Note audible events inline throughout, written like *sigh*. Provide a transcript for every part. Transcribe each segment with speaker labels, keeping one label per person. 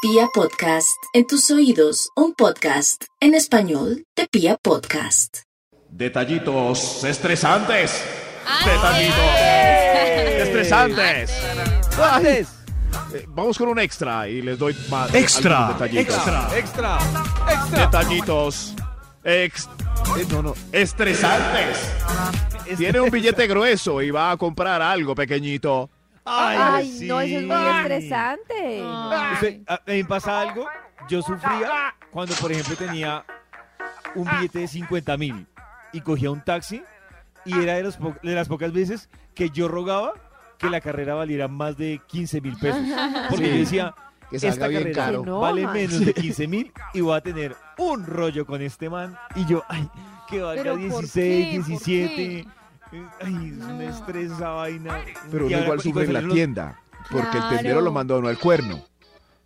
Speaker 1: Pia Podcast, en tus oídos, un podcast en español de Pia Podcast.
Speaker 2: Detallitos estresantes. Detallitos estresantes. Eh, Vamos con un extra y les doy más.
Speaker 3: Extra,
Speaker 2: algunos Detallitos.
Speaker 3: Extra.
Speaker 2: Detallitos. ex- eh, no, no, Estresantes. Tiene un billete grueso y va a comprar algo pequeñito.
Speaker 3: Ay,
Speaker 4: Ay,
Speaker 3: sí.
Speaker 4: no, eso es muy
Speaker 3: Ay.
Speaker 4: estresante.
Speaker 3: Usted, a a mí me pasa algo. Yo sufría cuando, por ejemplo, tenía un billete de 50 mil y cogía un taxi y era de, los po- de las pocas veces que yo rogaba que la carrera valiera más de 15 mil pesos. Porque
Speaker 2: Sí.
Speaker 3: yo decía,
Speaker 5: Que
Speaker 3: esta
Speaker 5: salga bien
Speaker 3: carrera
Speaker 5: caro.
Speaker 4: No,
Speaker 3: vale
Speaker 4: man.
Speaker 3: menos de 15 mil y voy a tener un rollo con este man. Y yo, ay, que valga
Speaker 6: ¿Pero por
Speaker 3: 16,
Speaker 6: qué? ¿Por
Speaker 3: 17. Ay, es un
Speaker 6: No.
Speaker 3: estrés esa vaina.
Speaker 2: Pero
Speaker 3: Y
Speaker 2: uno
Speaker 3: ahora
Speaker 2: igual
Speaker 3: cu-
Speaker 2: sufre
Speaker 3: y
Speaker 2: en
Speaker 3: cuando
Speaker 2: la
Speaker 3: salieron los-
Speaker 2: tienda. Porque el
Speaker 6: Claro.
Speaker 2: tendero lo mandó uno al cuerno.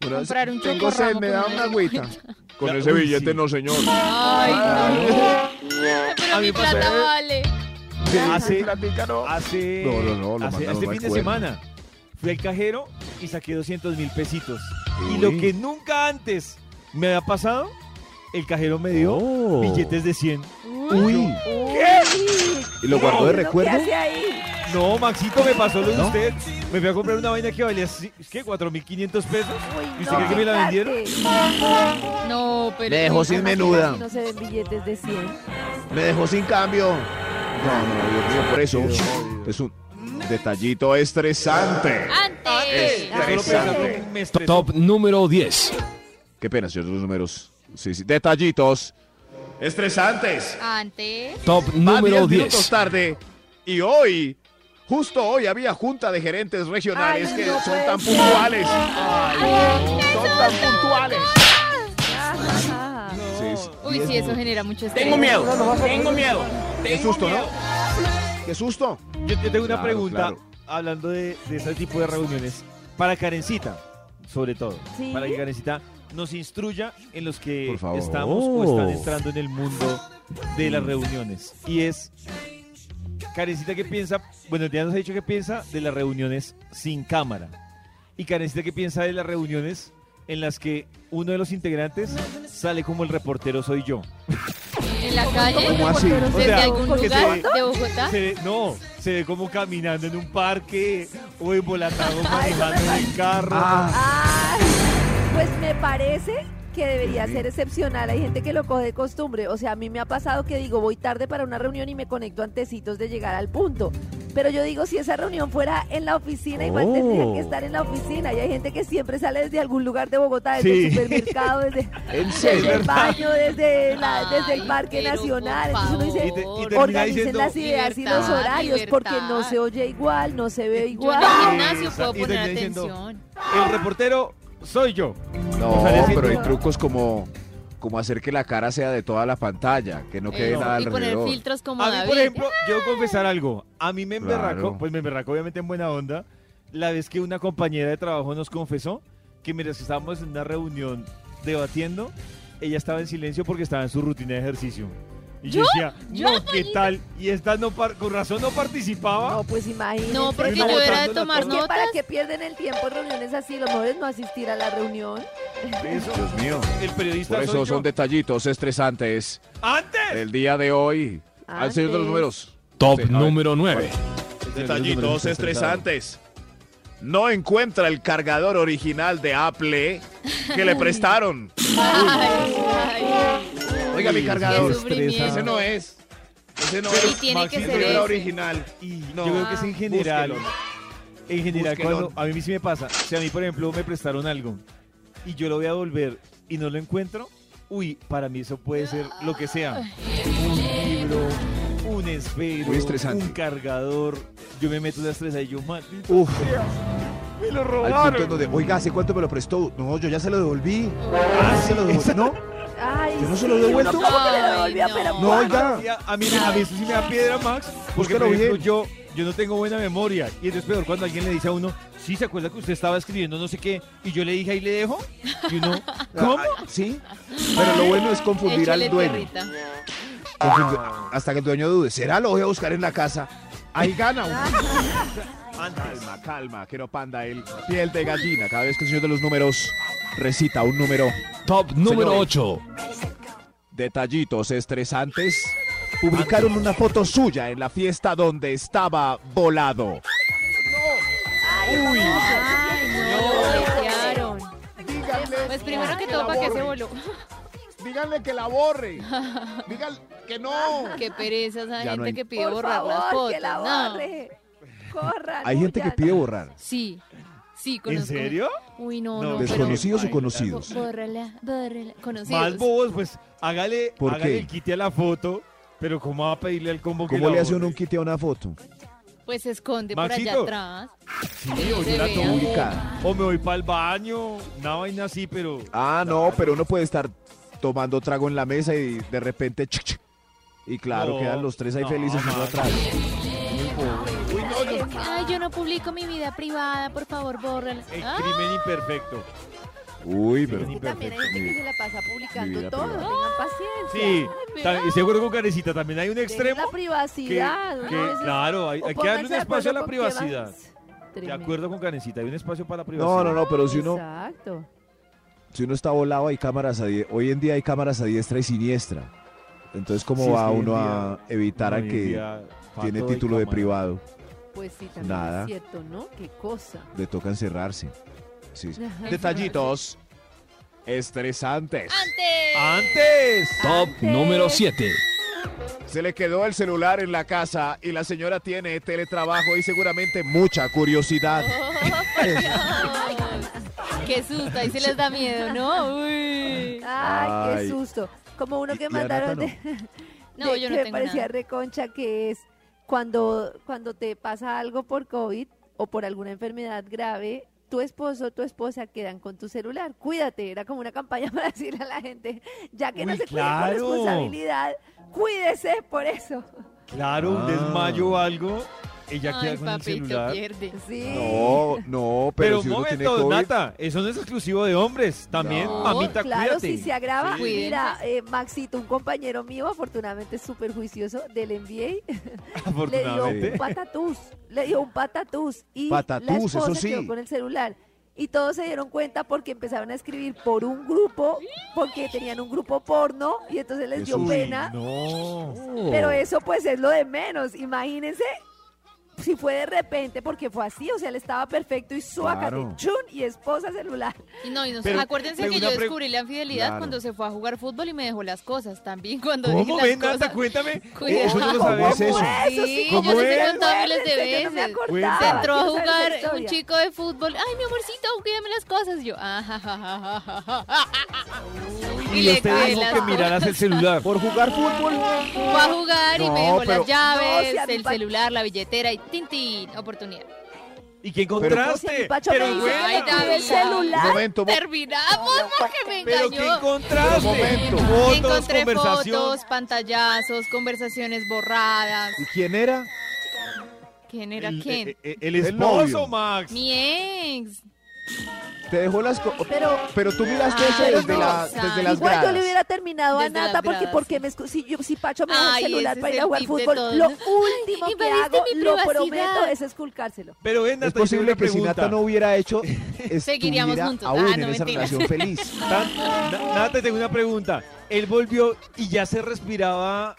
Speaker 2: Bueno,
Speaker 6: Comprar un
Speaker 2: tengo sed,
Speaker 6: chocorramo
Speaker 2: me
Speaker 6: con
Speaker 2: da
Speaker 6: una
Speaker 2: una agüita. Con
Speaker 3: Claro,
Speaker 2: ese
Speaker 3: uy,
Speaker 2: billete
Speaker 3: sí.
Speaker 2: no, señor.
Speaker 6: Ay, no.
Speaker 3: A
Speaker 6: Pero
Speaker 3: mí
Speaker 6: mi
Speaker 3: pasa-
Speaker 6: plata vale.
Speaker 3: Hace-
Speaker 2: Platica, no.
Speaker 3: Hace,
Speaker 2: No, no, no, lo
Speaker 3: hace-
Speaker 2: mandaron
Speaker 3: este
Speaker 2: al
Speaker 3: fin de
Speaker 2: cuerno.
Speaker 3: semana fui al cajero y saqué 200 mil pesitos. Y lo
Speaker 2: Uy.
Speaker 3: que nunca antes me había pasado, el cajero me dio
Speaker 2: Oh.
Speaker 3: billetes de 100.
Speaker 2: Uy. ¿Y lo guardó de
Speaker 4: ¿Qué
Speaker 2: recuerdo?
Speaker 4: hace ahí?
Speaker 3: No, Maxito, me pasó lo de usted. Me fui a comprar una vaina que valía, ci- ¿qué? 4.500 pesos.
Speaker 4: Uy,
Speaker 3: ¿Y usted
Speaker 4: no,
Speaker 3: cree que me la
Speaker 4: qué
Speaker 3: vendieron?
Speaker 4: arte.
Speaker 6: No, pero.
Speaker 5: Me dejó sin
Speaker 4: Si
Speaker 5: menuda,
Speaker 4: no se ven billetes de 100.
Speaker 5: me dejó sin cambio.
Speaker 2: No, no, Dios mío, por eso es un detallito estresante.
Speaker 6: Antes.
Speaker 3: Solo pensarlo me estresó.
Speaker 7: Top número 10.
Speaker 2: Qué pena, señor, los números. Sí, sí, detallitos estresantes.
Speaker 6: Antes.
Speaker 7: Top
Speaker 2: Va
Speaker 7: número
Speaker 2: 10 minutos
Speaker 7: 10.
Speaker 2: tarde y hoy, justo hoy había junta de gerentes regionales
Speaker 4: Ay,
Speaker 2: que
Speaker 4: no
Speaker 2: son
Speaker 4: puede
Speaker 2: tan
Speaker 4: ser.
Speaker 2: puntuales. son tan puntuales.
Speaker 4: Ajá.
Speaker 2: Sí, sí.
Speaker 6: Uy, sí, eso genera mucho estrés.
Speaker 8: Tengo miedo, tengo miedo.
Speaker 2: Qué susto, ¿no? Qué susto.
Speaker 3: Yo, yo tengo una
Speaker 2: Claro,
Speaker 3: pregunta
Speaker 2: claro.
Speaker 3: hablando de, de ese tipo de reuniones. Para Karencita, sobre todo.
Speaker 4: ¿Sí?
Speaker 3: Para que Karencita nos instruya en los que
Speaker 2: Por favor.
Speaker 3: estamos o están entrando en el mundo de las reuniones. Y es, Karencita, ¿qué piensa? Bueno, ya nos ha dicho qué piensa de las reuniones sin cámara. Y Karencita, ¿qué piensa de las reuniones en las que uno de los integrantes sale como el reportero soy yo?
Speaker 6: En la calle.
Speaker 2: ¿Cómo así?
Speaker 4: Pero
Speaker 3: O
Speaker 6: Desde
Speaker 3: sea,
Speaker 6: algún
Speaker 3: que
Speaker 6: lugar
Speaker 3: se-
Speaker 6: de Bogotá.
Speaker 3: Se ve- no, se ve como caminando en un parque o embolatado manejando en el carro.
Speaker 2: Ah,
Speaker 4: Ay, pues me parece que debería ser excepcional. Hay gente que lo coge de costumbre. O sea, a mí me ha pasado que digo, voy tarde para una reunión y me conecto antecitos de llegar al punto. Pero yo digo, si esa reunión fuera en la oficina, igual tendría
Speaker 3: Oh.
Speaker 4: que estar en la oficina. Y hay gente que siempre sale desde algún lugar de Bogotá, desde el
Speaker 3: Sí.
Speaker 4: supermercado, desde,
Speaker 2: En
Speaker 4: desde
Speaker 2: serio.
Speaker 4: el baño, desde, la- desde el
Speaker 6: Ay,
Speaker 4: Parque
Speaker 6: pero
Speaker 4: Nacional.
Speaker 6: por
Speaker 4: Entonces uno dice,
Speaker 3: Y te- y
Speaker 6: favor.
Speaker 3: termina
Speaker 4: organicen
Speaker 3: diciendo,
Speaker 4: las ideas y los
Speaker 6: "Libertad,
Speaker 4: horarios, porque no
Speaker 6: libertad".
Speaker 4: se oye igual, no se ve
Speaker 6: Yo
Speaker 4: igual.
Speaker 6: en el gimnasio
Speaker 3: Esa-
Speaker 6: puedo
Speaker 3: y
Speaker 6: poner
Speaker 3: termina diciendo-
Speaker 6: atención.
Speaker 3: El reportero soy yo.
Speaker 2: No,
Speaker 3: Sale así,
Speaker 2: pero hay
Speaker 3: ¿no?
Speaker 2: trucos como, como hacer que la cara sea de toda la pantalla, que no quede
Speaker 6: Eso,
Speaker 2: nada
Speaker 6: y poner
Speaker 2: alrededor.
Speaker 6: filtros como
Speaker 3: A mí, por
Speaker 6: David.
Speaker 3: ejemplo, yo voy a confesar algo. A mí me emberracó,
Speaker 2: Claro.
Speaker 3: pues me emberracó obviamente en buena onda, la vez que una compañera de trabajo nos confesó que mientras estábamos en una reunión debatiendo, ella estaba en silencio porque estaba en su rutina de ejercicio. Y yo,
Speaker 6: ¿Yo?
Speaker 3: decía,
Speaker 6: ¿Yo,
Speaker 3: no, ¿qué tal? Y esta no par- con razón no participaba.
Speaker 4: No, pues imagínate.
Speaker 6: No, porque
Speaker 3: Termina
Speaker 6: yo era de
Speaker 3: botando la
Speaker 6: tomar
Speaker 4: Es que
Speaker 3: torta.
Speaker 6: notas.
Speaker 4: para que pierden el tiempo en reuniones así, lo mejor es no asistir a la reunión.
Speaker 3: Eso,
Speaker 2: Dios mío.
Speaker 3: el periodista
Speaker 2: Por eso
Speaker 3: soy
Speaker 2: son
Speaker 3: yo.
Speaker 2: detallitos estresantes
Speaker 3: ¡Antes!
Speaker 2: del día de hoy. Al señor de los
Speaker 4: Antes.
Speaker 2: números.
Speaker 7: Top
Speaker 2: Sí, a ver.
Speaker 7: número 9.
Speaker 2: Detallitos estresantes. No encuentra el cargador original de Apple que le prestaron.
Speaker 6: Ay,
Speaker 2: Oiga, mi
Speaker 6: ay, qué
Speaker 2: cargador. Ese
Speaker 6: sufrimiento.
Speaker 2: no es. Ese no
Speaker 6: Y
Speaker 2: es.
Speaker 6: tiene que
Speaker 3: Maxito,
Speaker 6: ser
Speaker 2: Yo era
Speaker 6: ese.
Speaker 2: original.
Speaker 3: Y
Speaker 2: No.
Speaker 3: yo creo que es en general.
Speaker 2: Búsquelo.
Speaker 3: En general,
Speaker 2: Búsquelo.
Speaker 3: cuando a mí sí me pasa. Si a mí, por ejemplo, me prestaron algo y yo lo voy a devolver y no lo encuentro, uy, para mí eso puede ser lo que sea. Un libro, un espejo,
Speaker 2: Muy estresante.
Speaker 3: un cargador. Yo me meto en la estresa y yo, maldito
Speaker 5: Uf,
Speaker 3: sea, me lo
Speaker 5: al punto en
Speaker 3: robaron.
Speaker 5: donde, oiga, ¿hace cuánto me lo prestó? No, yo ya se lo devolví.
Speaker 3: Ah,
Speaker 5: Ya se lo devolví. No,
Speaker 4: Ay,
Speaker 5: Yo no se
Speaker 4: sí,
Speaker 5: lo he devuelto.
Speaker 4: uno como que le
Speaker 6: Ay,
Speaker 4: devolvió,
Speaker 6: no.
Speaker 4: pero
Speaker 5: no,
Speaker 4: ¿cuándo?
Speaker 5: oiga.
Speaker 3: Sí, a- A mí, a mí eso sí me da piedra, Max, porque
Speaker 5: Búsquelo
Speaker 3: por ejemplo,
Speaker 5: bien.
Speaker 3: yo, yo no tengo buena memoria. Y entonces peor cuando alguien le dice a uno, sí, ¿se acuerda que usted estaba escribiendo no sé qué? Y yo le dije, ahí le dejo. Y
Speaker 5: *laughs*
Speaker 3: uno, ¿cómo?
Speaker 5: Ah, Sí, pero lo bueno es confundir
Speaker 6: Échale
Speaker 5: al dueño.
Speaker 6: perrita.
Speaker 5: Confundir- hasta que el dueño dude, ¿será? Lo voy a buscar en la casa. Ahí gana uno.
Speaker 3: antes.
Speaker 2: Calma, calma, que no panda el piel de gallina. Cada vez que el señor de los números recita un número,
Speaker 7: Top número
Speaker 2: Señor.
Speaker 7: 8.
Speaker 2: detallitos estresantes, publicaron una foto suya en la fiesta donde estaba volado.
Speaker 3: Uy,
Speaker 6: Ay, no, lo bloquearon. Pues primero que todo, ¿para qué se voló? *laughs*
Speaker 2: Díganle que la borre. Díganle que no.
Speaker 6: Qué pereza esa
Speaker 2: Ya no
Speaker 6: gente
Speaker 2: hay-
Speaker 6: que pide
Speaker 4: Por
Speaker 6: borrar las
Speaker 4: favor,
Speaker 6: fotos.
Speaker 4: que la
Speaker 6: no.
Speaker 4: borre. Corran,
Speaker 5: Hay gente que
Speaker 4: huyan.
Speaker 5: pide borrar.
Speaker 6: Sí, sí,
Speaker 3: ¿en
Speaker 6: conozco.
Speaker 3: serio?
Speaker 6: Uy, no,
Speaker 3: No, pues
Speaker 6: no. pero-
Speaker 5: ¿Desconocidos o
Speaker 3: Ay,
Speaker 6: Bo-
Speaker 5: conocidos?
Speaker 6: Bórrala, bórrala.
Speaker 3: Más
Speaker 6: Conocidos.
Speaker 3: bobos, pues hágale,
Speaker 5: ¿Por
Speaker 3: hágale
Speaker 5: qué?
Speaker 3: el quite a la foto, pero ¿cómo va a pedirle al combo que
Speaker 5: ¿Cómo
Speaker 3: la
Speaker 5: le hace
Speaker 3: borre?
Speaker 5: uno un quite a una foto?
Speaker 6: pues se esconde
Speaker 3: Maxito.
Speaker 6: por allá atrás.
Speaker 3: Sí,
Speaker 6: que no
Speaker 3: o
Speaker 6: se
Speaker 3: yo la
Speaker 6: vea.
Speaker 3: tomo.
Speaker 5: Ubica.
Speaker 3: O me voy para el baño, una vaina así, pero...
Speaker 2: Ah, no, pero uno puede estar tomando trago en la mesa y de repente. chuc, chuc. Y claro,
Speaker 3: No,
Speaker 2: quedan los tres ahí
Speaker 3: no,
Speaker 2: felices uno
Speaker 3: mano.
Speaker 2: atrás.
Speaker 6: Ay, yo no publico mi vida privada, por favor, bórrala.
Speaker 3: El
Speaker 6: Ah,
Speaker 3: crimen imperfecto.
Speaker 2: Uy,
Speaker 4: Es
Speaker 2: pero.
Speaker 4: que también
Speaker 5: pues,
Speaker 4: hay gente que se la pasa
Speaker 2: vida
Speaker 4: publicando todo.
Speaker 2: privada.
Speaker 4: Tengan paciencia.
Speaker 3: Sí,
Speaker 6: me
Speaker 3: ta- y seguro con Carecita también hay un
Speaker 4: Tengan
Speaker 3: extremo
Speaker 4: La privacidad.
Speaker 3: que-
Speaker 4: ¿no?
Speaker 3: que,
Speaker 4: A veces-
Speaker 3: claro, hay,
Speaker 4: o
Speaker 3: hay que darle un
Speaker 4: pónganse de
Speaker 3: espacio a la
Speaker 4: acuerdo con qué
Speaker 3: privacidad.
Speaker 4: van.
Speaker 3: De
Speaker 4: Tremendo.
Speaker 3: acuerdo con Carecita, hay un espacio para la privacidad.
Speaker 5: No, no, no, pero si uno,
Speaker 4: Exacto.
Speaker 5: si uno está volado hay cámaras a die- hoy en día hay cámaras a diestra y siniestra. Entonces, ¿cómo
Speaker 3: Sí,
Speaker 5: va
Speaker 3: sí, hoy en
Speaker 5: uno a evitar a
Speaker 3: Hoy en
Speaker 5: que
Speaker 3: día, pa'
Speaker 5: tiene
Speaker 3: todo hay
Speaker 5: título de
Speaker 3: cámara.
Speaker 5: privado?
Speaker 4: Pues sí, también
Speaker 5: Nada.
Speaker 4: es cierto, ¿no? Qué cosa.
Speaker 5: Le toca encerrarse. Sí, sí.
Speaker 2: Detallitos estresantes.
Speaker 6: Antes.
Speaker 3: Ah. ¡Antes!
Speaker 7: Top
Speaker 4: Antes.
Speaker 7: número 7.
Speaker 2: Se le quedó el celular en la casa y la señora tiene teletrabajo y seguramente mucha curiosidad.
Speaker 6: Qué susto, ahí se les da miedo, ¿no? Uy.
Speaker 4: Ay,
Speaker 5: Ay.
Speaker 4: qué susto. Como uno
Speaker 5: Y- y
Speaker 4: que
Speaker 5: a
Speaker 4: mandaron
Speaker 5: Nata
Speaker 4: de,
Speaker 6: No,
Speaker 4: de
Speaker 6: yo
Speaker 4: que
Speaker 6: no
Speaker 4: me
Speaker 6: tengo
Speaker 4: parecía
Speaker 6: nada.
Speaker 4: reconcha que es cuando, cuando te pasa algo por COVID o por alguna enfermedad grave, tu esposo o tu esposa quedan con tu celular. Cuídate, era como una campaña *laughs* para decirle a la gente, ya que no
Speaker 3: Uy,
Speaker 4: se
Speaker 3: claro.
Speaker 4: cuida con responsabilidad, cuídese por eso.
Speaker 3: Claro,
Speaker 5: Ah.
Speaker 3: un desmayo o algo, ella
Speaker 6: Ay,
Speaker 3: queda con el
Speaker 6: papito,
Speaker 3: celular.
Speaker 6: pierde.
Speaker 4: Sí.
Speaker 5: No,
Speaker 3: Pero
Speaker 5: no, pero,
Speaker 3: un
Speaker 5: si uno tiene
Speaker 3: momento,
Speaker 5: COVID,
Speaker 3: Nata, eso no es exclusivo de hombres, también,
Speaker 5: No.
Speaker 3: mamita,
Speaker 4: claro,
Speaker 3: cuídate.
Speaker 4: si se agrava.
Speaker 6: Sí.
Speaker 4: Mira, eh, Maxito, un compañero mío, afortunadamente súper juicioso del NBA, le dio
Speaker 3: Afortunadamente.
Speaker 4: un patatús, le dio un patatús y la
Speaker 5: Patatús,
Speaker 4: esposa
Speaker 5: eso sí.
Speaker 4: quedó con el celular. Y todos se dieron cuenta porque empezaron a escribir por un grupo, porque tenían un grupo porno y entonces les dio
Speaker 5: Jesús.
Speaker 4: pena.
Speaker 3: No.
Speaker 4: Pero eso pues es lo de menos, imagínense. Si fue de repente, porque fue así, o sea, él estaba perfecto y suácate,
Speaker 5: Claro.
Speaker 4: chun, y esposa celular.
Speaker 6: Y No, y no sé,
Speaker 3: Pero-
Speaker 6: acuérdense
Speaker 3: pero
Speaker 6: que
Speaker 3: una
Speaker 6: yo
Speaker 3: pre-
Speaker 6: descubrí la infidelidad
Speaker 5: Claro.
Speaker 6: cuando se fue a jugar fútbol y me dejó las cosas también *laughs* cuando dije
Speaker 3: ¿Cómo
Speaker 6: las
Speaker 3: ven,
Speaker 6: cosas.
Speaker 3: Nata? Cuéntame.
Speaker 6: Cuidado.
Speaker 3: Eso no lo
Speaker 5: ¿Cómo
Speaker 3: sabemos.
Speaker 5: es eso?
Speaker 6: Sí,
Speaker 3: ¿Cómo
Speaker 6: yo les he
Speaker 3: es?
Speaker 6: contado miles de
Speaker 4: Acuérdense, yo no me
Speaker 6: veces.
Speaker 4: acordaba,
Speaker 6: Se entró a
Speaker 4: quiero saber
Speaker 6: jugar
Speaker 4: esa
Speaker 6: un
Speaker 4: historia.
Speaker 6: chico de fútbol. Ay, mi amorcito, cuídame las cosas. Yo, ah, ja, ja, ja, ja, ja, ja, ja.
Speaker 3: Y usted
Speaker 6: cuidé
Speaker 3: dijo
Speaker 6: las
Speaker 3: que
Speaker 6: cosas.
Speaker 3: miraras el celular.
Speaker 5: por jugar fútbol.
Speaker 6: *laughs* Fue a jugar y
Speaker 5: No,
Speaker 6: me dejó
Speaker 5: pero-
Speaker 6: las llaves,
Speaker 4: No, si a mi
Speaker 6: el
Speaker 4: pa-
Speaker 6: celular, la billetera y tintín. Oportunidad.
Speaker 3: ¿Y qué
Speaker 4: No, si a mi
Speaker 3: encontraste?
Speaker 4: Pacho me
Speaker 3: pero
Speaker 4: dice,
Speaker 3: bueno,
Speaker 6: Ay,
Speaker 4: "Te quité el
Speaker 6: David, ya.
Speaker 2: Un
Speaker 4: celular,
Speaker 2: momento, mo-
Speaker 6: Terminamos porque me
Speaker 3: pero ¿qué
Speaker 6: engañó.
Speaker 3: encontraste?
Speaker 2: Pero
Speaker 3: Fotos,
Speaker 6: Encontré
Speaker 3: conversación.
Speaker 6: fotos, pantallazos, conversaciones borradas.
Speaker 5: ¿Y quién era?
Speaker 6: ¿Quién era
Speaker 3: El-
Speaker 6: quién?
Speaker 3: eh, eh, El,
Speaker 5: El
Speaker 3: esposo,
Speaker 5: novio.
Speaker 3: Max.
Speaker 6: Mi ex.
Speaker 5: Te dejó las co-
Speaker 4: pero
Speaker 5: Pero tú miraste eso
Speaker 6: Ay,
Speaker 5: desde,
Speaker 6: no,
Speaker 5: la-
Speaker 6: Santi.
Speaker 5: desde las
Speaker 4: Igual yo le
Speaker 5: gradas.
Speaker 4: hubiera terminado a
Speaker 6: Desde las
Speaker 4: Nata porque
Speaker 6: gradas,
Speaker 4: porque me escu- si, yo- si Pacho me da
Speaker 6: Ay,
Speaker 4: el celular
Speaker 6: ese
Speaker 4: para
Speaker 6: es
Speaker 4: ir a
Speaker 6: el
Speaker 4: jugar
Speaker 6: tip de
Speaker 4: fútbol,
Speaker 6: todos.
Speaker 4: lo último que
Speaker 6: invadiste
Speaker 5: hago,
Speaker 6: este mi
Speaker 4: lo
Speaker 6: privacidad.
Speaker 4: prometo es esculcárselo.
Speaker 3: Pero ven, Nata,
Speaker 5: Es
Speaker 3: yo tengo
Speaker 5: posible
Speaker 3: una
Speaker 5: que si
Speaker 3: pregunta.
Speaker 5: Nata no hubiera hecho,
Speaker 6: Seguiríamos
Speaker 5: estuviera
Speaker 6: juntos.
Speaker 5: aún
Speaker 6: Ah,
Speaker 5: en
Speaker 6: no,
Speaker 5: esa
Speaker 6: mentira. *laughs*
Speaker 5: relación feliz.
Speaker 3: Tan- Na- Nata, tengo una pregunta. Él volvió y ya se respiraba,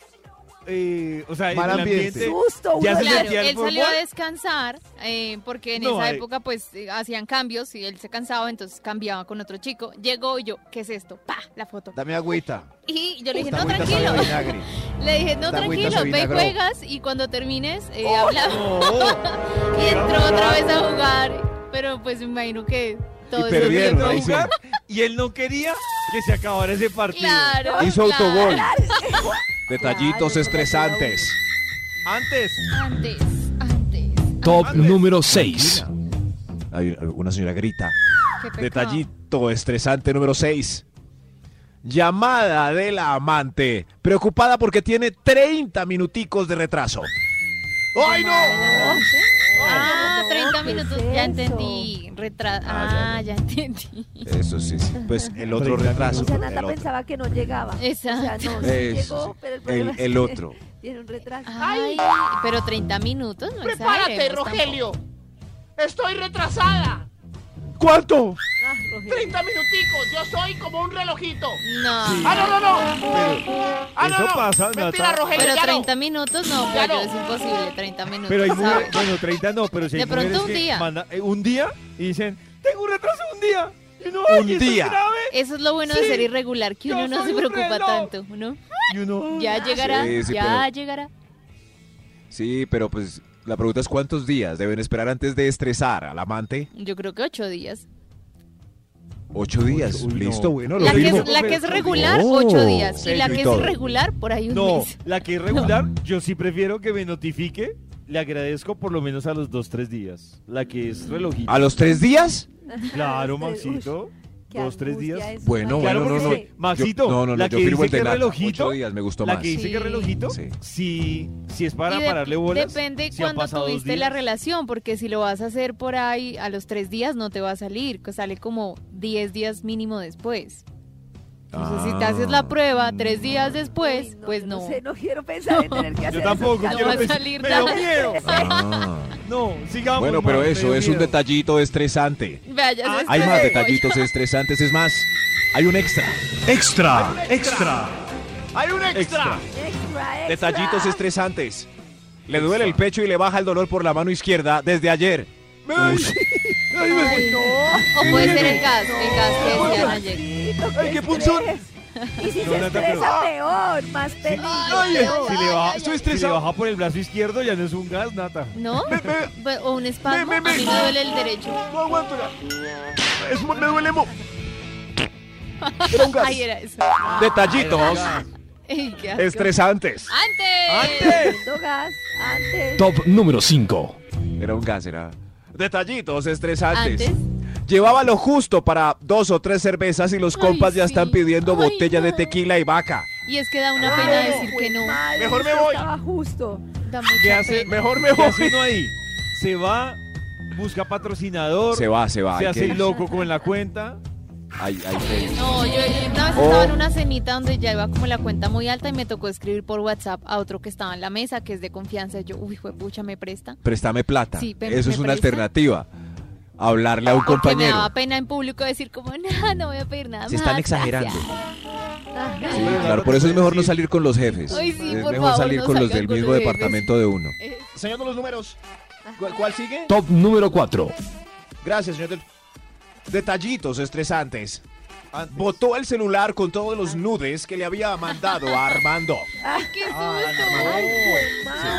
Speaker 3: eh, o sea, en
Speaker 5: Mal
Speaker 3: el
Speaker 5: ambiente.
Speaker 3: ambiente.
Speaker 4: Justo,
Speaker 3: Ya
Speaker 4: uno
Speaker 3: se
Speaker 4: ya-
Speaker 6: Claro,
Speaker 3: sentía el
Speaker 6: él salió a
Speaker 3: fútbol?
Speaker 6: descansar eh, porque en
Speaker 3: No,
Speaker 6: esa
Speaker 3: eh.
Speaker 6: época pues eh, hacían cambios y él se cansaba, entonces cambiaba con otro chico. Llegó y yo, ¿qué es esto? Pa, la foto.
Speaker 5: Dame agüita.
Speaker 6: Y yo le dije,
Speaker 5: Esta
Speaker 6: no,
Speaker 5: agüita
Speaker 6: tranquilo. *laughs*
Speaker 5: sabe a vinagre.
Speaker 6: Le dije, no,
Speaker 5: Esta agüita
Speaker 6: tranquilo,
Speaker 5: se
Speaker 6: ve y
Speaker 5: vinagró.
Speaker 6: juegas y cuando termines eh,
Speaker 3: *laughs*
Speaker 6: hablamos.
Speaker 3: No.
Speaker 6: *laughs* Y entró otra vez a jugar, pero pues me imagino que todo eso
Speaker 5: perdieron,
Speaker 6: tiempo-
Speaker 3: Entró a
Speaker 5: ahí sí.
Speaker 3: jugar y él no quería que se acabara ese partido.
Speaker 6: Claro.
Speaker 5: Hizo
Speaker 6: claro.
Speaker 5: autogol.
Speaker 2: Detallitos
Speaker 4: Claro,
Speaker 2: estresantes.
Speaker 3: Antes,
Speaker 6: Antes, antes.
Speaker 7: Top
Speaker 3: Antes.
Speaker 7: número 6.
Speaker 5: Hay una señora grita.
Speaker 6: Qué pecado.
Speaker 2: Detallito estresante número 6. Llamada de la amante, preocupada porque tiene 30 minuticos de retraso. ¡Ay, no!
Speaker 6: Ah,
Speaker 4: No,
Speaker 6: 30
Speaker 4: ¿qué es
Speaker 6: minutos.
Speaker 4: eso?
Speaker 6: Ya entendí. Retra- ah, ya entendí.
Speaker 5: Eso sí, sí.
Speaker 2: Pues el otro
Speaker 3: 30
Speaker 2: retraso.
Speaker 4: O sea, Nata
Speaker 2: el otro.
Speaker 4: pensaba que no llegaba. O sea,
Speaker 6: Exacto.
Speaker 4: no, sí
Speaker 5: Eso
Speaker 4: llegó,
Speaker 5: sí.
Speaker 4: pero el problema
Speaker 5: El,
Speaker 4: es
Speaker 5: el
Speaker 4: que
Speaker 5: otro.
Speaker 4: *laughs*
Speaker 6: Ah,
Speaker 4: Tiene un retraso.
Speaker 6: Ay, pero 30 minutos no es
Speaker 8: Prepárate,
Speaker 6: aire, no es
Speaker 8: Rogelio. Estoy retrasada.
Speaker 2: ¿Cuánto?
Speaker 4: Ah, Rogelio.
Speaker 8: 30 minuticos. Yo soy como un relojito.
Speaker 6: No.
Speaker 8: Ah, no, no, no. Ah, no,
Speaker 3: Eso
Speaker 8: no.
Speaker 3: pasa,
Speaker 8: Mentira,
Speaker 3: Nata.
Speaker 8: Rogelio,
Speaker 6: Pero
Speaker 8: ya
Speaker 6: 30 minutos no,
Speaker 8: Ya
Speaker 6: gallo,
Speaker 8: no.
Speaker 6: es imposible, 30 minutos. *laughs*
Speaker 3: Pero hay mujeres,
Speaker 6: ¿sabes?
Speaker 3: bueno, 30 no, pero si hay
Speaker 6: De pronto
Speaker 3: mujeres
Speaker 6: un
Speaker 3: que
Speaker 6: día.
Speaker 3: mandan- eh, un día y dicen, tengo un retraso de un día. Y uno, "Ay,
Speaker 2: Un
Speaker 3: ¿esto es
Speaker 2: día.
Speaker 3: grave?".
Speaker 6: Eso es lo bueno
Speaker 3: Sí,
Speaker 6: de ser irregular, que
Speaker 3: yo
Speaker 6: uno no
Speaker 3: soy
Speaker 6: se
Speaker 3: un
Speaker 6: preocupa
Speaker 3: reloj.
Speaker 6: tanto, ¿no?
Speaker 3: Y uno,
Speaker 6: Ya llegará,
Speaker 5: Sí, sí,
Speaker 6: ya
Speaker 5: pero-
Speaker 6: llegará.
Speaker 5: Sí, pero pues la pregunta es cuántos días deben esperar antes de estresar al amante.
Speaker 6: Yo creo que ocho días.
Speaker 5: Ocho días.
Speaker 3: uy, no.
Speaker 5: Listo, bueno, lo
Speaker 6: La que,
Speaker 5: firmo.
Speaker 6: es, la que es regular,
Speaker 5: Oh,
Speaker 6: ocho días. Y
Speaker 5: sello
Speaker 6: la
Speaker 5: y
Speaker 6: que es
Speaker 5: todo.
Speaker 6: irregular, por ahí un *laughs*
Speaker 3: No,
Speaker 6: mes.
Speaker 3: la que es regular, yo sí prefiero que me notifique. Le agradezco por lo menos a los dos, tres días. La que es relojito.
Speaker 5: ¿A los tres días?
Speaker 3: Claro,
Speaker 4: Los tres,
Speaker 6: Este,
Speaker 3: Maxito.
Speaker 4: qué
Speaker 3: dos, tres
Speaker 4: angustia
Speaker 3: días.
Speaker 4: eso,
Speaker 5: Bueno,
Speaker 3: Claro,
Speaker 5: bueno, no, no.
Speaker 4: imagínese.
Speaker 3: Maxito,
Speaker 5: Yo- no, no, no,
Speaker 3: la
Speaker 5: yo
Speaker 3: que
Speaker 5: firmo
Speaker 3: dice
Speaker 5: el de
Speaker 3: que
Speaker 5: Nata.
Speaker 3: relojito,
Speaker 5: Ocho días, me gustó
Speaker 3: la
Speaker 5: más.
Speaker 3: que dice que
Speaker 6: Sí.
Speaker 3: relojito,
Speaker 5: Sí.
Speaker 3: si, si es para
Speaker 6: Y de-
Speaker 3: pararle bolas.
Speaker 6: Depende
Speaker 3: si han
Speaker 6: cuando
Speaker 3: pasado dos
Speaker 6: tuviste la
Speaker 3: días.
Speaker 6: relación, porque si lo vas a hacer por ahí a los tres días no te va a salir, que sale como diez días mínimo después.
Speaker 5: Ah.
Speaker 6: Entonces, si te haces
Speaker 3: Ah.
Speaker 6: la prueba tres días después,
Speaker 4: Uy, no,
Speaker 6: pues
Speaker 4: yo
Speaker 6: no.
Speaker 4: sé, no quiero pensar en tener que hacer
Speaker 3: Yo
Speaker 4: eso.
Speaker 3: tampoco
Speaker 4: Tal
Speaker 3: quiero
Speaker 6: va a
Speaker 3: pensar-
Speaker 6: salir
Speaker 3: me dio
Speaker 6: nada.
Speaker 3: miedo.
Speaker 5: Ah.
Speaker 3: *laughs* No, sigamos.
Speaker 5: Bueno, pero
Speaker 3: Mar, me
Speaker 5: eso
Speaker 3: dio
Speaker 5: es un
Speaker 3: miedo.
Speaker 5: detallito estresante.
Speaker 6: Vea, ya se
Speaker 5: Hay
Speaker 6: estresó.
Speaker 5: más detallitos estresantes, es más, hay un extra.
Speaker 2: Extra, extra.
Speaker 8: Hay un extra.
Speaker 3: Extra.
Speaker 4: Extra, extra.
Speaker 5: Detallitos estresantes. Le duele el pecho y le baja el dolor por la mano izquierda desde ayer.
Speaker 3: Ay, ay, me-
Speaker 6: Ay, O puede ser el gas, el gas que decían ayer.
Speaker 4: Maxito,
Speaker 3: Ay,
Speaker 4: qué
Speaker 3: qué punzón.
Speaker 4: estrés. Y si
Speaker 3: No,
Speaker 4: se
Speaker 3: Nata,
Speaker 4: estresa peor, más peligro.
Speaker 3: Ay,
Speaker 6: Ah. Ay, ay,
Speaker 3: si le baja,
Speaker 6: ay,
Speaker 3: si
Speaker 6: ay.
Speaker 3: le baja por el brazo izquierdo ya no es un gas, Nata.
Speaker 6: ¿No? O un espasmo. A mí me duele el derecho.
Speaker 3: No aguanto ya.
Speaker 2: Es- me duele mo-
Speaker 6: *laughs* Ay, era eso.
Speaker 5: Detallitos
Speaker 6: Ey, qué asco.
Speaker 5: estresantes.
Speaker 6: ¡Antes!
Speaker 4: Haciendo gas antes.
Speaker 7: Top número 5.
Speaker 5: Era un gas, era. Detallitos estresantes.
Speaker 6: Antes.
Speaker 5: Llevaba lo justo para dos o tres cervezas y los
Speaker 6: Ay,
Speaker 5: compas ya
Speaker 6: sí.
Speaker 5: están pidiendo
Speaker 6: Ay,
Speaker 5: botella de
Speaker 6: no.
Speaker 5: tequila y vaca.
Speaker 6: Y es que da una pena decir
Speaker 4: pues,
Speaker 6: que no.
Speaker 2: Mejor me
Speaker 4: Eso
Speaker 2: voy.
Speaker 4: Estaba justo.
Speaker 6: Da mucha
Speaker 3: ¿Qué hace?
Speaker 6: pena.
Speaker 2: Mejor me
Speaker 3: ¿Qué
Speaker 2: voy.
Speaker 3: hace uno ahí? Se va, busca patrocinador,
Speaker 5: Se va, se va.
Speaker 3: se
Speaker 5: hay
Speaker 3: hace
Speaker 5: que-
Speaker 3: loco con la cuenta.
Speaker 5: hay- hay que-
Speaker 6: No, yo yo una vez
Speaker 5: Oh.
Speaker 6: estaba en una cenita donde ya iba como la cuenta muy alta y me tocó escribir por WhatsApp a otro que estaba en la mesa, que es de confianza. Y yo, uy, pucha, me presta.
Speaker 5: Préstame plata.
Speaker 6: Sí, pero
Speaker 5: Eso
Speaker 6: ¿me
Speaker 5: es una
Speaker 6: presta?
Speaker 5: alternativa. Hablarle a un
Speaker 6: Porque me daba
Speaker 5: compañero.
Speaker 6: pena en público decir como, *laughs* no, no voy a pedir nada
Speaker 5: Se
Speaker 6: más,
Speaker 5: están
Speaker 6: gracias".
Speaker 5: exagerando.
Speaker 4: Ah,
Speaker 5: Sí,
Speaker 3: Pero
Speaker 5: claro,
Speaker 3: no
Speaker 5: por
Speaker 3: te
Speaker 5: eso es
Speaker 3: puede
Speaker 5: mejor no
Speaker 3: decir.
Speaker 5: salir con los jefes.
Speaker 6: Ay, sí,
Speaker 5: es
Speaker 6: por
Speaker 5: mejor
Speaker 6: favor,
Speaker 5: salir
Speaker 6: no
Speaker 5: con los
Speaker 6: salgan
Speaker 5: del
Speaker 6: con
Speaker 5: mismo
Speaker 6: los jefes.
Speaker 5: departamento de uno.
Speaker 6: Eh,
Speaker 2: Señor de los números. ¿Cuál, cuál sigue?
Speaker 7: Top número 4.
Speaker 2: Gracias, señor del...
Speaker 5: Detallitos estresantes. Botó el celular con todos
Speaker 6: Ah.
Speaker 5: los nudes que le había mandado a Armando.
Speaker 6: ¡Qué susto!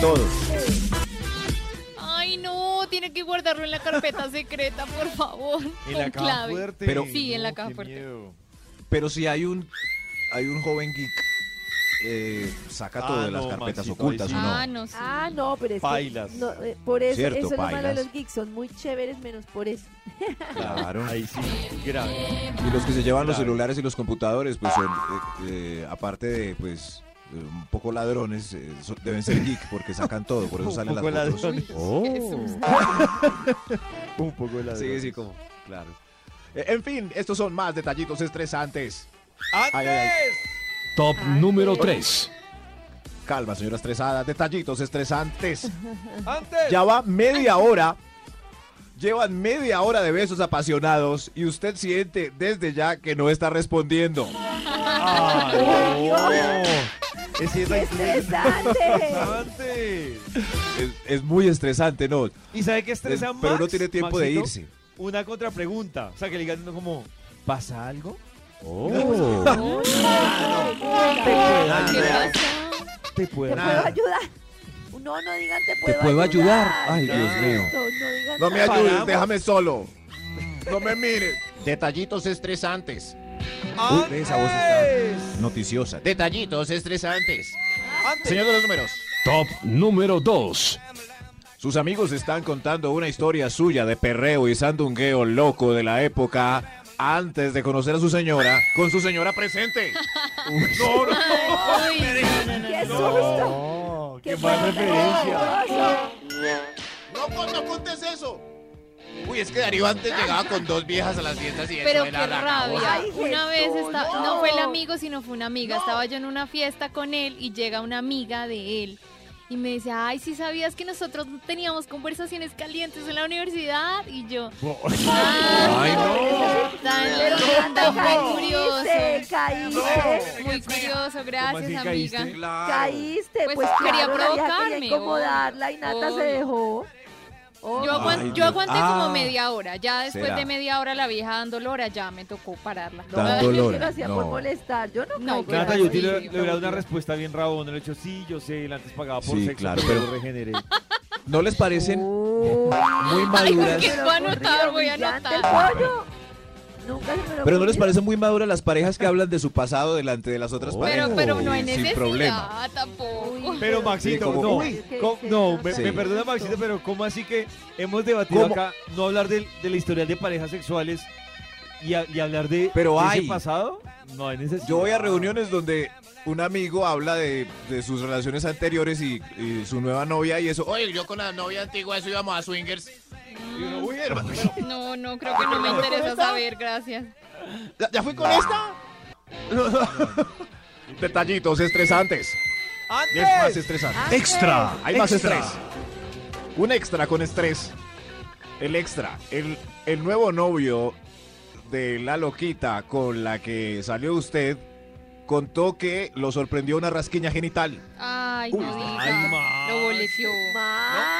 Speaker 5: Todos.
Speaker 6: Ay, no, tiene que guardarlo en la carpeta secreta, por favor.
Speaker 3: En
Speaker 6: con
Speaker 3: la caja
Speaker 6: clave.
Speaker 3: fuerte.
Speaker 5: Pero-
Speaker 6: Sí, en la
Speaker 3: No,
Speaker 6: caja
Speaker 3: qué
Speaker 6: fuerte.
Speaker 3: miedo.
Speaker 5: Pero si hay un hay un joven geek, eh, saca
Speaker 3: Ah,
Speaker 5: todo de
Speaker 3: no,
Speaker 5: las carpetas
Speaker 3: Maxito,
Speaker 5: ocultas,
Speaker 3: ahí
Speaker 5: ¿o
Speaker 3: sí.
Speaker 5: no?
Speaker 6: Ah, no, sí.
Speaker 4: Ah, no, pero es que-
Speaker 3: Pailas.
Speaker 4: no, eh, por eso,
Speaker 5: Cierto,
Speaker 4: eso es lo malo de
Speaker 5: pailas.
Speaker 4: los geeks, son muy chéveres menos por eso.
Speaker 5: Claro.
Speaker 3: Ahí sí, grave.
Speaker 5: Y los que se llevan los
Speaker 3: Claro.
Speaker 5: celulares y los computadores, pues son, eh, eh, aparte de, pues, eh, un poco ladrones, eh, so- deben ser geek porque sacan todo, por eso
Speaker 3: Un
Speaker 5: salen las
Speaker 3: poco
Speaker 5: fotos. Oh.
Speaker 3: ladrones.
Speaker 6: Qué susto.
Speaker 3: *laughs* Un poco de la
Speaker 5: Sí, sí, como, claro. Eh, en fin, estos son más detallitos estresantes. Ay, ay, ay.
Speaker 3: ¡Antes!
Speaker 7: Top
Speaker 4: Ay,
Speaker 7: número
Speaker 4: qué-
Speaker 7: 3.
Speaker 5: Calma, señora estresada, detallitos estresantes.
Speaker 3: ¡Antes!
Speaker 5: Ya va media hora. Llevan media hora de besos apasionados y usted siente desde ya que no está respondiendo.
Speaker 3: ¡Ay, no! Es
Speaker 4: ¡Qué
Speaker 3: esa
Speaker 4: estresante!
Speaker 3: ¡Antes!
Speaker 5: Es, es muy estresante, ¿no?
Speaker 3: ¿Y sabe qué estresa
Speaker 5: Es-
Speaker 3: más?
Speaker 5: pero no tiene tiempo de irse.
Speaker 3: Una contrapregunta. O sea, que le digan como, ¿pasa algo?
Speaker 5: Oh.
Speaker 3: *laughs*
Speaker 6: ¿Qué pasa?
Speaker 3: ¿Te
Speaker 4: ¿Te
Speaker 3: puedo
Speaker 4: puedo ayudar? No, no digan te puedo
Speaker 5: ¿Te puedo ayudar? Ay,
Speaker 4: ¿Qué
Speaker 5: Dios
Speaker 4: es
Speaker 5: mío.
Speaker 4: esto? No digan
Speaker 5: No me
Speaker 4: nada.
Speaker 5: ayudes,
Speaker 3: Paramos.
Speaker 5: déjame solo. No me mires.
Speaker 2: Detallitos estresantes.
Speaker 5: Uy, ve, esa voz está noticiosa.
Speaker 2: Detallitos estresantes. Señor de los números.
Speaker 7: Top número 2.
Speaker 5: Sus amigos están contando una historia suya de perreo y sandungueo loco de la época antes de conocer a su señora con su señora presente.
Speaker 2: No, no.
Speaker 6: Ay, uy, no, no, no,
Speaker 4: ¡Qué
Speaker 6: no.
Speaker 4: susto!
Speaker 3: No,
Speaker 4: ¡Qué
Speaker 3: qué mala
Speaker 4: fuerte!
Speaker 3: referencia.
Speaker 2: *laughs* No, con- no contes eso. Uy, es que Darío antes llegaba con dos viejas a las fiestas y
Speaker 6: Pero
Speaker 2: eso
Speaker 6: qué
Speaker 2: era la
Speaker 6: rabia.
Speaker 2: cagosa.
Speaker 4: Ay,
Speaker 6: una vez
Speaker 4: Jesús,
Speaker 6: estaba,
Speaker 4: no.
Speaker 6: no fue el amigo, sino fue una amiga. Estaba yo en una fiesta con él y llega una amiga de él Y me decía, ay, si sabías que nosotros teníamos conversaciones calientes en la universidad. Y yo,
Speaker 5: ¡Ay, no!
Speaker 4: Pero
Speaker 6: tan,
Speaker 4: Nata,
Speaker 6: tan, tan
Speaker 4: caíste,
Speaker 6: curioso.
Speaker 4: caíste,
Speaker 6: Muy curioso,
Speaker 3: así
Speaker 6: gracias,
Speaker 3: caíste?
Speaker 6: amiga.
Speaker 4: caíste.
Speaker 6: Pues
Speaker 4: Pues,
Speaker 6: quería
Speaker 4: claro, la vieja
Speaker 6: provocarme,
Speaker 4: incomodarla y Nata
Speaker 6: obvio.
Speaker 4: se dejó.
Speaker 6: Yo,
Speaker 4: Obvio.
Speaker 6: aguan-
Speaker 5: Ay,
Speaker 6: yo
Speaker 5: no.
Speaker 6: aguanté
Speaker 5: Ah.
Speaker 6: como media hora. Ya después
Speaker 5: Será.
Speaker 6: de media hora la vieja dando lora, ya me tocó pararla.
Speaker 5: Dan
Speaker 4: Ay,
Speaker 5: dolor,
Speaker 4: que lo hacía por
Speaker 5: no.
Speaker 4: molestar. Yo no,
Speaker 6: No, pues
Speaker 4: caigo en
Speaker 3: Nata,
Speaker 6: Claro,
Speaker 3: yo
Speaker 6: sí,
Speaker 3: te le, le
Speaker 6: sí,
Speaker 3: hubiera dado una respuesta bien rabona. Le he dicho, sí, yo sé, él antes pagaba por
Speaker 5: Sí,
Speaker 3: sexo,
Speaker 5: claro,
Speaker 3: pero
Speaker 5: pero-
Speaker 3: lo regeneré.
Speaker 5: ¿No les parecen
Speaker 4: Uh.
Speaker 5: muy
Speaker 6: Ay,
Speaker 5: maduras?
Speaker 6: porque voy a anotar, voy a anotar.
Speaker 4: Nunca se me lo
Speaker 5: Pero no les
Speaker 4: ocurrió.
Speaker 5: parecen muy maduras las parejas que hablan de su pasado delante de las
Speaker 3: Oh.
Speaker 5: otras parejas.
Speaker 6: Pero, pero no hay
Speaker 5: Sin
Speaker 6: necesidad
Speaker 5: problema.
Speaker 6: tampoco.
Speaker 4: Uy,
Speaker 3: Pero
Speaker 5: Sí,
Speaker 3: Maxito,
Speaker 5: como-
Speaker 3: no,
Speaker 4: Uy, qué-
Speaker 3: co-
Speaker 4: qué
Speaker 3: no, me,
Speaker 4: cosa.
Speaker 3: me
Speaker 5: Sí.
Speaker 3: perdona Maxito, pero ¿cómo así que hemos debatido
Speaker 5: ¿Cómo?
Speaker 3: acá no hablar del, de la historial de parejas sexuales y, a- y hablar de,
Speaker 5: Pero
Speaker 3: de ese
Speaker 5: hay.
Speaker 3: pasado? No hay necesidad.
Speaker 5: Yo voy a reuniones donde un amigo habla de, de sus relaciones anteriores y, y su nueva novia y eso.
Speaker 8: Oye, yo con la novia antigua, eso íbamos a swingers.
Speaker 5: Y uno, uy, hermano,
Speaker 6: No, no, creo que no me interesa saber, gracias.
Speaker 5: ¿ya, ya fui con esta? *laughs* Detallitos estresantes.
Speaker 3: ¡Antes!
Speaker 5: Es más estresante.
Speaker 4: Ah,
Speaker 7: Extra.
Speaker 5: Hay más estrés. Un extra con estrés. El extra. El, el nuevo novio de la loquita con la que salió usted contó que lo sorprendió una rasquiña genital.
Speaker 6: Ay, no
Speaker 3: Ay,
Speaker 6: diga.
Speaker 3: Max.
Speaker 6: Lo boleteó.
Speaker 4: Max,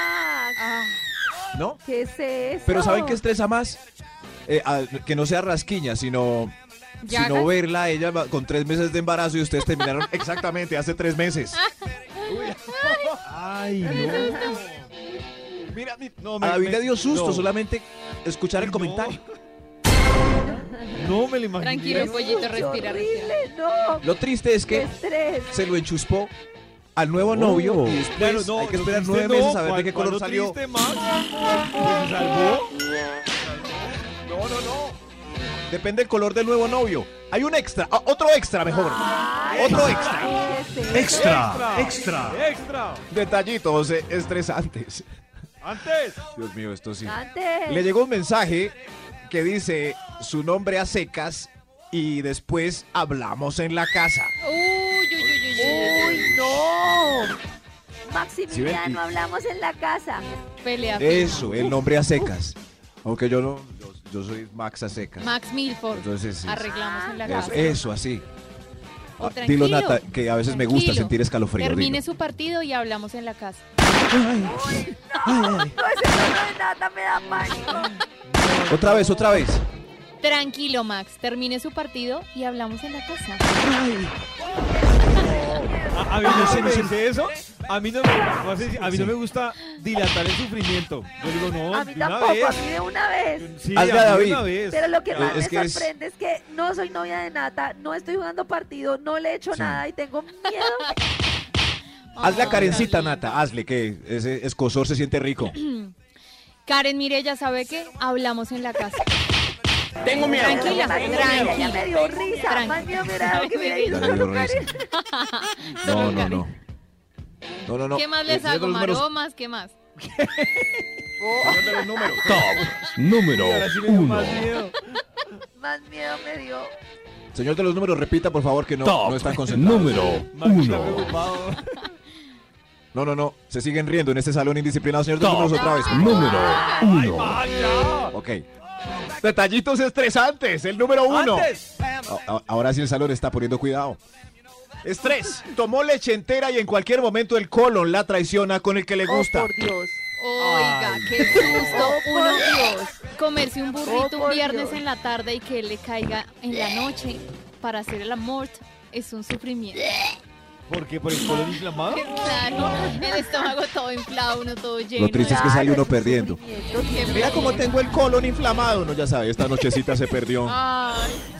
Speaker 6: Ah,
Speaker 5: ¿No?
Speaker 4: ¿Qué es eso?
Speaker 5: Pero ¿saben qué estresa más? Eh, a- que no sea rasquiña, sino,
Speaker 6: ¿Llagas?
Speaker 5: sino verla a ella va- con tres meses de embarazo y ustedes terminaron exactamente hace tres meses.
Speaker 3: ¡Ay, no! Mira, mi- no, me,
Speaker 5: A David
Speaker 3: me-
Speaker 5: le Ah, dio susto
Speaker 3: no.
Speaker 5: solamente escuchar el
Speaker 3: No.
Speaker 5: comentario.
Speaker 3: No me lo imaginé.
Speaker 6: tranquilo, pollito,
Speaker 4: Qué
Speaker 6: respira, respira.
Speaker 4: horrible, no.
Speaker 5: Lo triste es
Speaker 4: Qué
Speaker 5: que
Speaker 4: estrés.
Speaker 6: Pues-
Speaker 5: se lo enchuspó al nuevo novio y después
Speaker 3: Oh. Bueno, no,
Speaker 5: Pues, hay que
Speaker 3: lo
Speaker 5: esperar
Speaker 3: triste
Speaker 5: nueve
Speaker 3: no,
Speaker 5: meses a ver
Speaker 3: ¿cuál-
Speaker 5: de qué color
Speaker 3: cuál lo
Speaker 5: salió.
Speaker 3: triste, Max? ¿Se salvó?
Speaker 5: Depende el color del nuevo novio. Hay un extra, ah, otro extra mejor.
Speaker 4: Ay,
Speaker 5: Otro extra.
Speaker 4: ¿qué es eso?
Speaker 7: Extra. Extra.
Speaker 3: ¡Extra!
Speaker 5: Detallitos eh, estresantes.
Speaker 3: ¡Antes!
Speaker 5: Dios mío, esto sí.
Speaker 4: Antes.
Speaker 5: Le llegó un mensaje que dice su nombre a secas y después hablamos en la casa.
Speaker 6: Uy, uy, uy, uy, uy.
Speaker 4: Uy, no.
Speaker 5: ¿Sí ven?
Speaker 4: Maximiliano, hablamos en la casa.
Speaker 6: Pelea.
Speaker 5: Eso, el nombre a secas. Aunque yo no, yo, yo soy Max a secas.
Speaker 6: Max Milford.
Speaker 5: Entonces, sí,
Speaker 6: Arreglamos en la
Speaker 5: Eso,
Speaker 6: casa.
Speaker 5: eso, así.
Speaker 6: O
Speaker 5: Ah, Dilo,
Speaker 6: tranquilo,
Speaker 5: Nata, que a veces me gusta
Speaker 6: tranquilo.
Speaker 5: sentir escalofrío.
Speaker 6: Termine
Speaker 5: dilo.
Speaker 6: su partido y hablamos en la casa.
Speaker 4: No, ese tono de nada me da pánico.
Speaker 5: Otra vez, otra vez.
Speaker 6: Tranquilo, Max. Termine su partido y hablamos en la casa.
Speaker 5: Ah,
Speaker 3: A, a mí no se me dice eso. A mí no, me- no sé si- a mí no me gusta dilatar el sufrimiento. Yo digo, no,
Speaker 4: A mí
Speaker 3: de una
Speaker 4: tampoco, a
Speaker 3: vez.
Speaker 4: mí de una vez.
Speaker 3: Sí,
Speaker 5: Hazle
Speaker 3: a
Speaker 5: a
Speaker 3: mí de
Speaker 5: David.
Speaker 3: una vez.
Speaker 4: Pero lo que
Speaker 5: Eh,
Speaker 4: más
Speaker 5: es
Speaker 4: me
Speaker 5: que es-
Speaker 4: sorprende es... que no soy novia de Nata, no estoy jugando partido, no le he hecho
Speaker 5: Sí.
Speaker 4: nada y tengo miedo. *laughs*
Speaker 5: Hazle a
Speaker 6: Ay,
Speaker 5: Karencita,
Speaker 6: David.
Speaker 5: Nata. Hazle que ese escosor se siente rico.
Speaker 6: Karen, mire, ya sabe que hablamos en la casa.
Speaker 8: Tengo miedo.
Speaker 6: Tranquila,
Speaker 4: Más miedo me daría, me dio risa.
Speaker 6: Tranqui.
Speaker 4: Más miedo me dado que hubiera ido
Speaker 5: Dale,
Speaker 4: solo
Speaker 5: Lorenzo.
Speaker 4: Karen.
Speaker 5: No,
Speaker 7: *laughs*
Speaker 6: Solo
Speaker 5: no, no.
Speaker 6: Karen.
Speaker 5: No, no, no.
Speaker 6: ¿Qué más
Speaker 5: Eh,
Speaker 6: les
Speaker 5: señor
Speaker 6: hago?
Speaker 5: de los números.
Speaker 6: Maromas, ¿qué más?
Speaker 5: Señor de los números.
Speaker 7: Top número
Speaker 3: Ahora sí me dio
Speaker 7: uno.
Speaker 3: más miedo.
Speaker 4: Más miedo me dio.
Speaker 5: Señor de los números, repita, por favor, que no, no
Speaker 7: Top
Speaker 5: están concentrados.
Speaker 7: número
Speaker 3: Max está
Speaker 7: uno.
Speaker 3: preocupado.
Speaker 5: No, no, no. Se siguen riendo en este salón indisciplinado. Señor de los
Speaker 7: Top
Speaker 5: números, otra vez.
Speaker 7: número uno.
Speaker 3: ¡Ay, ya!
Speaker 5: Ok. Detallitos estresantes. El número uno.
Speaker 3: ¡Antes!
Speaker 5: A- a- Ahora sí el salón está poniendo cuidado. Estrés. Tomó leche entera y en cualquier momento el colon la traiciona con el que le
Speaker 4: Oh,
Speaker 5: gusta.
Speaker 4: por Dios.
Speaker 6: Oiga,
Speaker 3: Ay,
Speaker 6: qué susto.
Speaker 4: Oh,
Speaker 6: Uno
Speaker 4: por Dios.
Speaker 6: comerse un burrito
Speaker 4: Oh,
Speaker 6: un
Speaker 4: por
Speaker 6: viernes
Speaker 4: Dios.
Speaker 6: en la tarde y que le caiga en la noche para hacer el amor es un sufrimiento.
Speaker 3: ¿Por qué? ¿Por el colon inflamado?
Speaker 6: *laughs* Claro, el estómago todo inflado, uno todo lleno.
Speaker 5: Lo triste es que
Speaker 4: Claro,
Speaker 5: sale uno
Speaker 4: es un
Speaker 5: perdiendo.
Speaker 4: sufrimiento.
Speaker 6: Qué
Speaker 5: Mira cómo
Speaker 6: pena.
Speaker 5: tengo el colon inflamado. No, ya sabe, esta nochecita se perdió.
Speaker 6: Ay,